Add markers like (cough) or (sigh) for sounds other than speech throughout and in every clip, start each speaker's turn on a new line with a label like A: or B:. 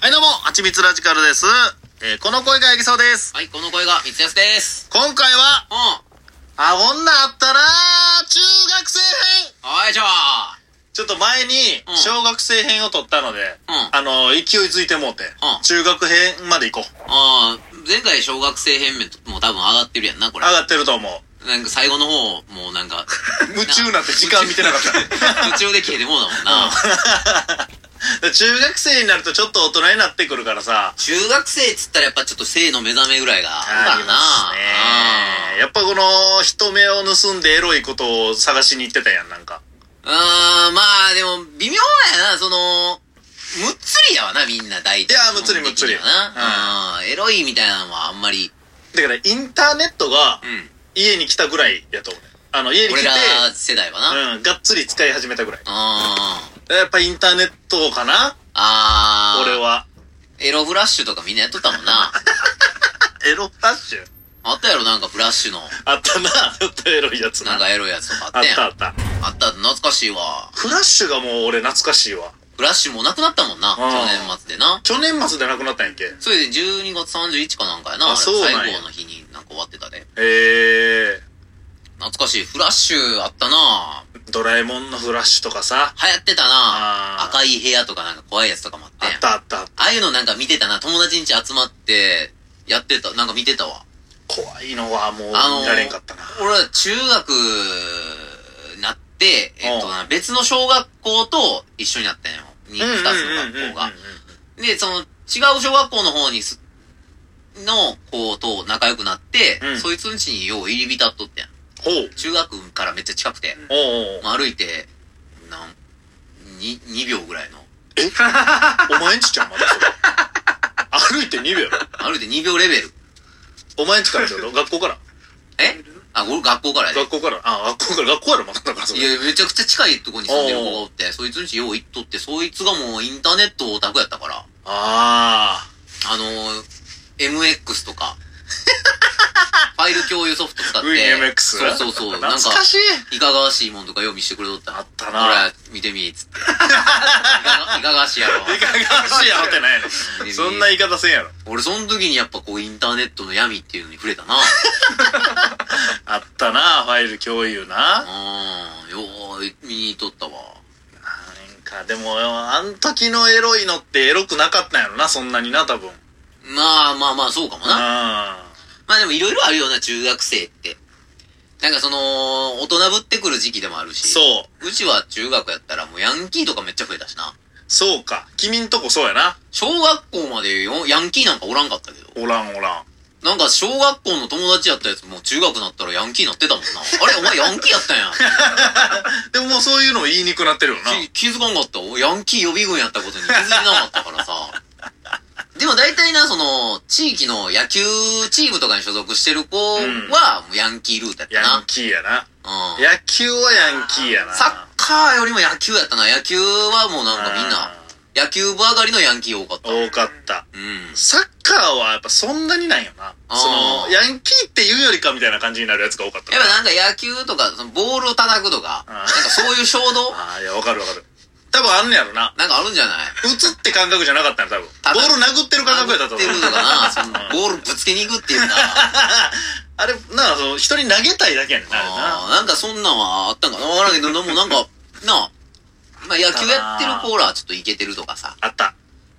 A: はい、どうも、はちみつラジカルです。えーこの声がやぎそうです。
B: はい、この声が三つやすです。
A: 今回は、
B: うん。は
A: あ、女あったら、中学生編
B: い、じゃあ。
A: ちょっと前に
B: う、ん
A: 小学生編を撮ったので、
B: ん
A: あの、勢いづいてもうて、
B: ん
A: 中学編まで行こう。
B: あー前回小学生編も多分上がってるやんな、これ
A: 上。がってると思う。
B: なんか最後の方、も
A: (laughs)
B: うなんか。
A: 夢中になって時間見てなかった。
B: (laughs) 途中で消えてもうだもんな。
A: (laughs) 中学生になるとちょっと大人になってくるからさ、
B: 中学生っつったらやっぱちょっと性の目覚めぐらいがあ
A: あ
B: る
A: り
B: からな。
A: ますね。やっぱこの人目を盗んでエロいことを探しに行ってたやん、なんか。
B: うん、うーんまあでも微妙やな、その、むっつりやわな、みんな大体。
A: いやーむっつりむっつり
B: 基本的にはな。うん、エロいみたいなのはあんまり。
A: だからインターネットが
B: うん。
A: 家に来たぐらいやと思うね。あの、家に来
B: 俺
A: て、
B: ら世代はな。うん。
A: うん、がっつり使い始めたぐらい。
B: あ
A: やっぱインターネットかな
B: あ。
A: 俺は。
B: エロフラッシュとかみんなやっとったもん
A: (laughs)
B: な。
A: エロフラッシュ
B: あったやろ、なんかフラッシュの、
A: あったな、 (laughs) ちょっとエロいやつな。
B: なんかエロいやつとかあ
A: あ
B: っ
A: った
B: やん。
A: た
B: あ
A: あった。
B: った、懐かしいわ。
A: フラッシュがもう俺懐かしいわ。
B: フラッシュもなくなったもんな、
A: ん
B: 去年末でな。
A: 去年末で亡くなったんやっけ
B: それで12月31かなんかやな、
A: あ
B: あれ
A: そうなんや
B: 最後の日になんか終わってたで。
A: え
B: 懐かしい。フラッシュあったな
A: ー、ドラえもんのフラッシュとかさ。
B: 流行ってた
A: あー
B: な赤い部屋とかなんか怖いやつとかもあって
A: あ
B: ん。
A: ったあった。
B: ああいうのなんか見てたな、友達ん家集まって、やってた、なんか見てたわ。
A: 怖いのはもう
B: あのー
A: 見られんかったな。
B: 俺は中学になって、えっとな、別の小学校と一緒になったんよ。に二つの学校が。で、その、違う小学校の方にす、の子と仲良くなって、
A: うん
B: そいつん家によう入り浸っとってん。
A: ほう。
B: 中学からめっちゃ近くて、
A: おうおう
B: まあ歩いて、なん、に、2秒ぐらいの。
A: えお前んちちゃんまだそれ。歩いて2秒やろ。
B: 歩いて2秒レベル。
A: お前んちからってこと学校から。
B: えあ、俺学校からやで。
A: 学校から。あ、学校から。学校やろ、まだだからそ
B: い
A: れ。
B: や、めちゃくちゃ近いとこに住んでる子がおって、そいつん家よう行っとって、そいつがもうインターネットオタクやったから。
A: あ
B: あのー、MX と
A: (laughs)
B: か、ファイル共有ソフト使っ
A: あ。
B: て、
A: VMX。
B: そうそうそう、
A: 懐
B: なんか、
A: かしい。
B: いかがわしいもんとかよう見してくれとった。
A: あった
B: ほ
A: な。
B: ら、見てみーっ
A: (laughs)
B: つって。いかがいかがわしいやろ。
A: いかがわしいやろってないの。そんな言い方せんやろ。
B: 俺、その時にやっぱこう、インターネットの闇っていうのに触れたな。
A: あったな、ファイル共有な。
B: うん、よう、見に行っとったわ。
A: なんか、でも、あん時のエロいのってエロくなかったんやろな、そんなにな、多分。
B: まあまあまあ、そうかもな。
A: あ
B: まあでも、いろいろあるような、中学生って。なんかその、大人ぶってくる時期でもあるし。う。
A: そう。
B: うちは中学やったら、もうヤンキーとかめっちゃ増えたしな。
A: そうか。君んとこそうやな。
B: 小学校までよヤンキーなんかおらんかったけど。
A: おらんおらん。
B: なんか小学校の友達やったやつもう中学になったらヤンキーになってたもんな。あれお前ヤンキーやったんや。
A: でももうそういうの言いにくなってるよな。
B: き気づかんかった。俺ヤンキー予備軍やったことに気づいてなかったからさ。でも大体な、その、地域の野球チームとかに所属してる子は、もうヤンキールートやった
A: ヤ
B: な
A: ン。キーやな。
B: うん。
A: 野球はヤンキーやな。
B: サッカーよりも野球やったな。野球はもうなんかみんな、
A: あ
B: 野球部上がりのヤンキー多かった。うん。
A: ー多かった。サッカーはやっぱそんなにないよな。
B: あー
A: その、ヤンキーって言うよりかみたいな感じになるやつが多かった
B: やっぱなんか野球とか、そのボールを叩くとか、
A: うん
B: なんかそういう衝動
A: ああ、いや、わかるわかる。多分あんねやろな。
B: なんかあるんじゃない
A: 打つって感覚じゃなかったんや、多分。
B: 多分
A: ボール殴ってる感覚やったと思
B: って
A: う
B: る。のかなそのボールぶつけに行くっていうか。あ
A: (laughs) あれ、なあ、その、人に投げたいだけやねんな、あれな。
B: あー、なんかそんなんはあったんかなわからんけど、でもなん
A: (laughs)
B: か、なあ、まあ野球やってる子らはちょっといけてるとかさ。
A: あった。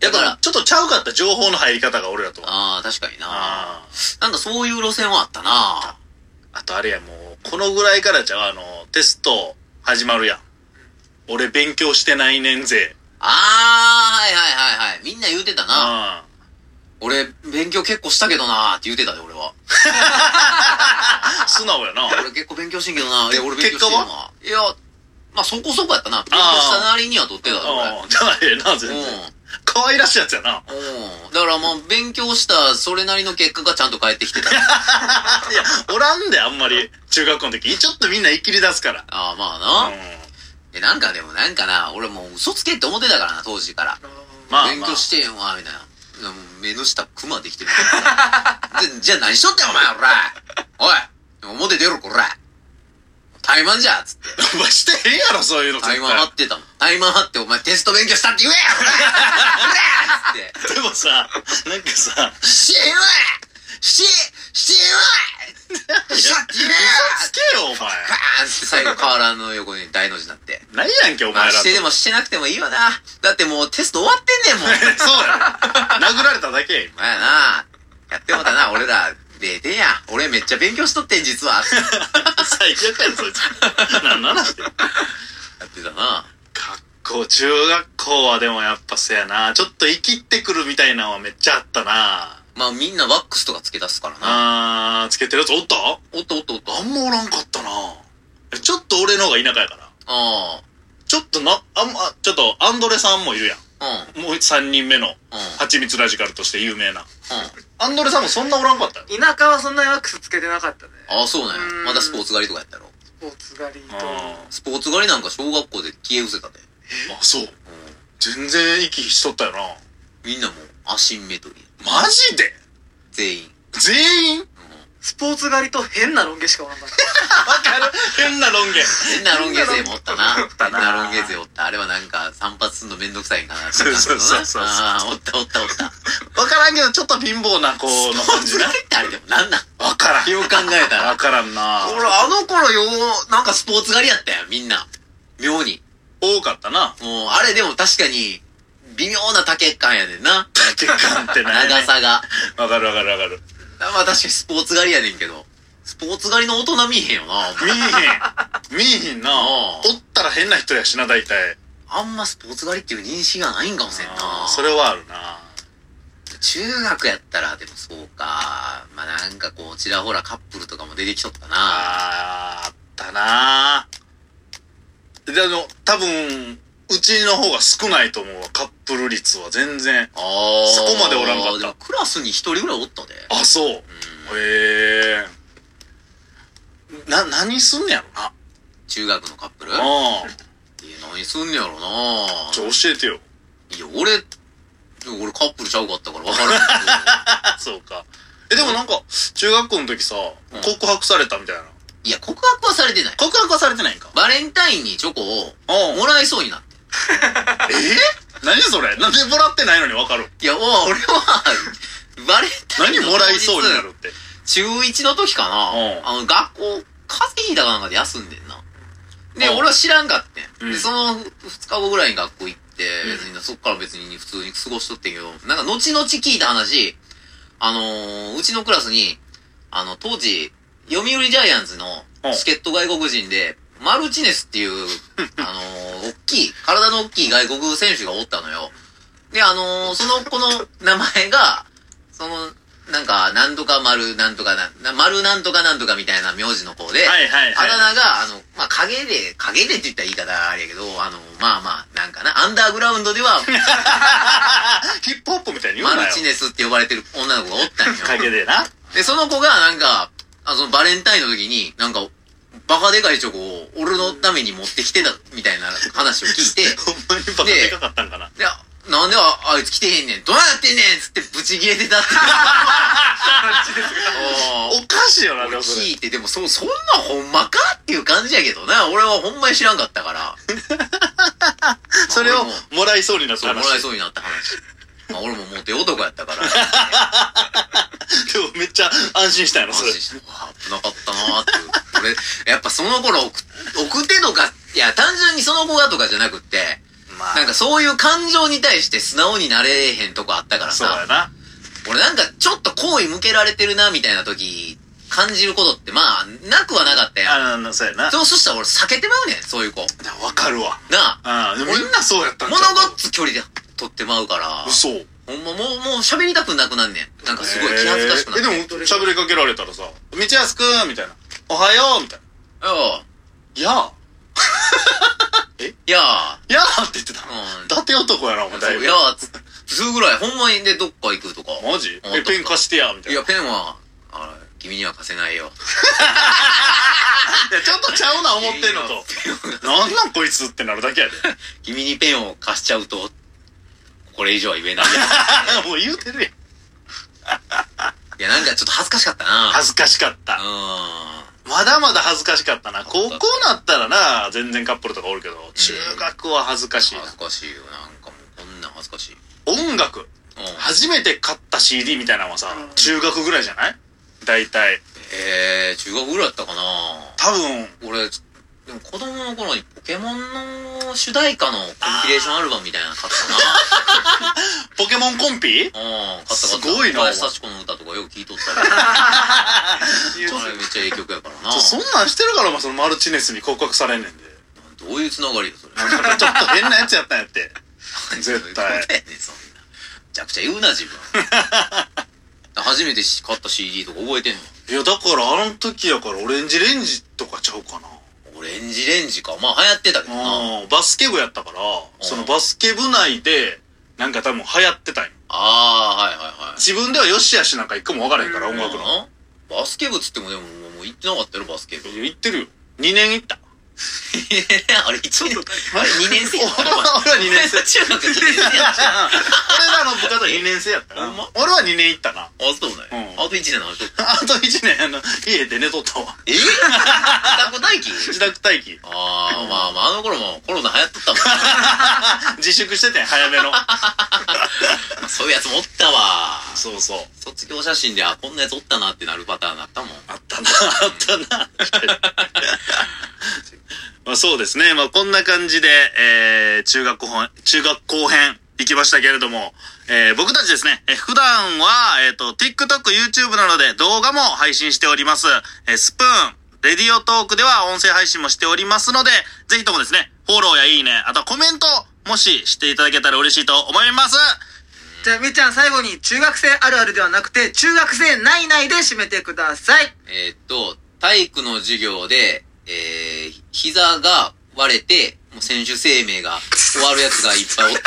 A: やっ
B: だから
A: ぱ、ちょっとちゃうかった情報の入り方が俺らと。
B: ああ、確かにな。
A: あ
B: なんかそういう路線はあったな。
A: あ。あとあれや、もう、このぐらいからじゃあ、あの、テスト始まるやん。俺勉強してない年勢。
B: ああ、はいはいはいはい。みんな言うてたな。
A: あ
B: 俺、勉強結構したけどなーって言うてたで、俺は。
A: あ。素直やな。
B: 俺結構勉強してんけど
A: (laughs)
B: なー。い
A: け
B: や、俺勉強してる
A: 結
B: ないや、まあそこそこやったな。勉強したなりには取ってたで、俺。
A: うん。じゃあ、ええな、全
B: う
A: 然。
B: ん。
A: 可愛らしいやつやな。
B: うん。だからまあ、勉強した、それなりの結果がちゃんと返って
A: (laughs)
B: きてた。
A: いや、おらんで、あんまり。中学校の時。ちょっとみんな生きり出すから。
B: ああ、まあ
A: う
B: な。
A: ん
B: え、なんかでもなんかな、俺もう嘘つけって思ってたからな、当時から。
A: まあ、
B: 勉
A: まあ
B: 強、してんわ、みたいな。でも目の下、クマできてる
A: (laughs)
B: からさでじゃあ何しとってんお前、おらおい表出ろ、こら怠慢じゃつって。
A: お前 (laughs) してへんやろ、そういうの絶
B: 怠
A: 対。
B: 慢張ってたもん。怠慢張って、お前テスト勉強したって言えやほらほらつって。
A: でもさ、なんかさ、
B: しろいし、しろいしゃって言えや
A: 嘘つけよ、お前。
B: バーンって最後、河原の横に大の字になって。
A: 何やんけ、お
B: ま
A: 前
B: あ、
A: らと。
B: してでもしてなくてもいいよな。だってもうテスト終わってんねんも
A: (laughs)
B: ん。
A: そうだよ。殴られただけや、
B: まやな。やってもたな、俺ら。0点や。俺めっちゃ勉強しとってん、実は。
A: 今。最悪やん、そいつ。なんなんして。
B: やってたな。
A: 学校、中学校はでもやっぱせやな。ちょっと生きってくるみたいなのはめっちゃあったな。
B: まあみんなワックスとかつけ出すからな。
A: あー、つけてるやつおった
B: おっとおっとおっと。
A: あんまおらんかったな。えちょっと俺の方が田舎やから。
B: あ
A: ちょっとな、あんま、ちょっとアンドレさんもいるやん。
B: あ。うん。
A: もう3人目の、
B: うん。
A: 蜂蜜ラジカルとして有名な。
B: う
A: アンドレさんもそんなおらんかったよ。
C: 田舎はそんなにワックスつけてなかったね
B: ん。ああ、そうなん
C: う
B: や。
C: ん
B: まだスポーツ狩りとかやったろ。
C: スポーツ狩りと
A: あ
B: スポーツ狩りなんか小学校で消え失せたで。
A: ーあ、そう。全然息しとったよな。
B: みんなもうアシンメトリー。
A: マジで
B: 全員。
A: 全員わ
C: スポーツ狩りと変なロン毛しかおらんかった
A: かる変な論言。
B: 変なロン毛勢もおったな。
A: おった
B: 変
A: な
B: なロン毛勢おった。あれはなんか散髪すんのめんどくさいんかなって
A: そうそうそうそう
B: ああ、おったおったおった。
A: わからんけど、ちょっと貧乏な子の
B: スポー
A: 感じ
B: ツ
A: な
B: 狩。りってあれでもなんなん
A: (laughs) わからん。
B: よう考えたら
A: わ。からんな。
B: 俺、あの頃よう、なんかスポーツ狩りやったよ、みんな。妙に。
A: 多かった (laughs) な。
B: もう、あれでも確かに、微妙な竹感やねんな。
A: 竹感ってない、
B: 長さが。
A: わかるわかるわかる。
B: まあ確かにスポーツ狩りやねんけど、スポーツ狩りの大人見えへんよな。
A: 見えへん。見えへんな。
B: ああ
A: おったら変な人やしな、大体。
B: あんまスポーツ狩りっていう認識がないんかもしれんな。
A: それはあるな。
B: 中学やったら、でもそうか。まあなんかこう、ちらほらカップルとかも出てきとったな。
A: あーあったなで、あの、多分、うちの方が少ないと思うわ。カップル率は全然。
B: あー
A: そこまでおらんかった
B: でもクラスに一人ぐらいおったで。
A: あ、そう。へ
B: うん
A: え。な、何すんねやろな。
B: 中学のカップルいや
A: ああ。
B: 何すんねやろな。
A: ちょ、教えてよ。
B: いや、俺、俺カップルちゃうかったから分からん
A: あ、そうか。え、でもなんか、中学校の時さ
B: うん、
A: 告白されたみたいな。 (laughs)
B: けど。いや、告白はされてない。
A: 告白はされてないんか。
B: バレンタインにチョコを
A: うん。
B: もらいそうになって。
A: えー何それなんでもらってないのにわかる
B: いや、もう俺は、バレンタイン
A: 何
B: の当日
A: もらいそうになるって。
B: 中1の時かな、
A: うん
B: あの、学校、風邪ひいたかなんかで休んでんな。で、
A: うん
B: 俺は知らんかってん。
A: うん
B: で、その2日後ぐらいに学校行って、
A: うん
B: 別にそっから別に普通に過ごしとってんけど、なんか後々聞いた話、あのーうちのクラスに、あの、当時、読売ジャイアンツの
A: うん
B: 助っ人外国人で、マルチネスっ
A: (laughs)
B: ていう、あのー大きい、体の大きい外国選手がおったのよ。で、あのーその子の名前が、その、なんか、なんとか丸なんとかなん、な丸なんとかなんとかみたいな名字の子で、
A: はいはい
B: あだ
A: はい。
B: 名が、あの、まあ、影で、影でって言ったら言い方あれやけど、あの、まあまあ、なんかな、アンダーグラウンドで
A: (laughs)
B: は、
A: ヒップホップみたいに言う
B: マ
A: な
B: ル
A: よ。
B: チネスって呼ばれてる女の子がおったんよ。
A: (laughs) 陰でな。
B: で、その子が、なんか、あそのバレンタインの時に、なんか、バカでかいチョコを俺のために持ってきてたみたいな話を聞い
A: (laughs)
B: て、
A: ほんまにバカでかかったんかな。
B: で、なんでああいつ来てへんねん、どうなってんねんっつってブチ切れてたって。おー
A: おかしいよな、でもそれ。
B: 聞いて、でもそ、そんなほんまかっていう感じやけどな。俺はほんまに知らんかったから。
A: (laughs) それを
B: まあ俺も
A: もらいそうになった
B: そう、
A: 話。
B: もらいそうになった話。まあ俺もモテ男やったから、
A: でもめっちゃ安心したんやろ、そ
B: 安
A: れ。
B: 心して、うわ危なかったなーっていう。俺、やっぱその頃、奥奥手とか、いや、単純にその子がとかじゃなくって、
A: ま
B: なんかそういう感情に対して素直になれへんとこあったから
A: そうや
B: さ、
A: な。
B: 俺なんかちょっと好意向けられてるなみたいな時、感じることってまあ、なくはなかったやん。
A: あの、そうやな。
B: そうそしたら俺避けてまうねん、そういう子。
A: わかるわ。
B: なあ。
A: うん。でもみんなそうやったん
B: も
A: ち
B: の
A: ゃう
B: ごっつ距離で取ってまうから、
A: 嘘。
B: ほんまもう、もう喋りたくなくなんねん。なんかすごい気恥ずかしくな
A: え
B: って。
A: ーえ、でも喋りかけられたらさ、道安くんみたいな。おはようみたいな。
B: よ
A: やあ。
B: ういや
A: いやーって言ってた。
B: うん
A: 伊達男やな、お前、だい
B: ー、
A: ぶ。
B: いやー、つ、つうぐらい、ほんまにでどっか行くとか。
A: マジ
B: うん
A: え、ペン貸してや、みたい
B: い
A: な。
B: や、ペンは、あ君には貸せないよ。
A: いやちょっとちゃうな、思ってんのと。 (laughs) なんなんこいつってなるだけやで。
B: (laughs) 君にペンを貸しちゃうと、これ以上は言えない
A: (laughs)
B: よ。
A: もう言うてるやん。
B: いや、なんかちょっと恥ずかしかったな。
A: 恥ずかしかった。
B: う
A: まだまだ恥ずかしかったな。高校なったらな、全然カップルとかおるけど、中学は恥ずかしいな
B: 恥。ずかしいよ。なんかもう、こんなん恥ずかしい。
A: 音楽、
B: うん。
A: 初めて買った CD みたいなのはさ
C: う、ん
A: 中学ぐらいじゃない大体。
B: えー、中学ぐらいだったかな
A: 多分、
B: 俺、でも子供の頃にポケモンの主題歌のコンピレーションアルバムみたいなの買ったな。
A: ポケモンコンピ (laughs)
B: うん、買った買った。
A: すごいな
B: 小林幸子の歌とかよく聴いとったから。あれめっちゃええ曲やからな。
A: ちょそんなんしてるから、お前そのマルチネスに告白されんねんで。
B: どういうつながりよ、それ。
A: なんかちょっと変なやつやったんや (laughs) って。絶対
B: 何やねんそんな。めちゃくちゃ言うな、自分。初めてし買った CD とか覚えてん
A: いや、だからあの時やからオレンジレンジとかちゃうかな。
B: のオレンジレンジか。まあ流行ってたけどな。
A: うんバスケ部やったから、そのバスケ部内で、なんか多分流行ってたんよ
B: あー、はいはいはい。
A: 自分ではよしあしなんか一個も分からへんから、
C: うん
A: 音楽の。
B: バスケ部っつってもでも、もうもう行ってなかったよ、バスケ部。
A: いや行ってるよ。2年行った。
B: (laughs) あれ、一年、あれ、二年生やった
A: 俺は2年生。
B: (laughs) 中学2年生
A: (laughs)
B: やっ
A: 俺らの部活は2年生やったな
B: ほんま
A: 俺は2年行ったな。
B: た。あ、そうだよ
A: う。ん
B: あと1年の話。
A: あと1年、あの、家で寝とったわ。
B: (laughs) え自宅待機
A: 自宅待機。
B: ああ、まあまあ、あの頃もコロナ流行っとったもんな。
A: 自粛しててん、早めの。 (laughs)
B: そういうやつもおったわ。
A: そうそう。
B: 卒業写真で、あ、こんなやつおったなってなるパターンだったもん。
A: あったな、あったな。まあそうですね。まあこんな感じで、えー、中学後編、中学後編行きましたけれども、えー、僕たちですね、えー普段は、えっ、と、TikTok、YouTube などで動画も配信しております。えースプーン、レディオトークでは音声配信もしておりますので、ぜひともですね、フォローやいいね、あとコメント、もししていただけたら嬉しいと思います。
C: じゃあみっちゃん最後に中学生あるあるではなくて中学生ないないで締めてください
B: えーっと、体育の授業で、えー、膝が割れて、もう選手生命が終わるやつがいっぱいおった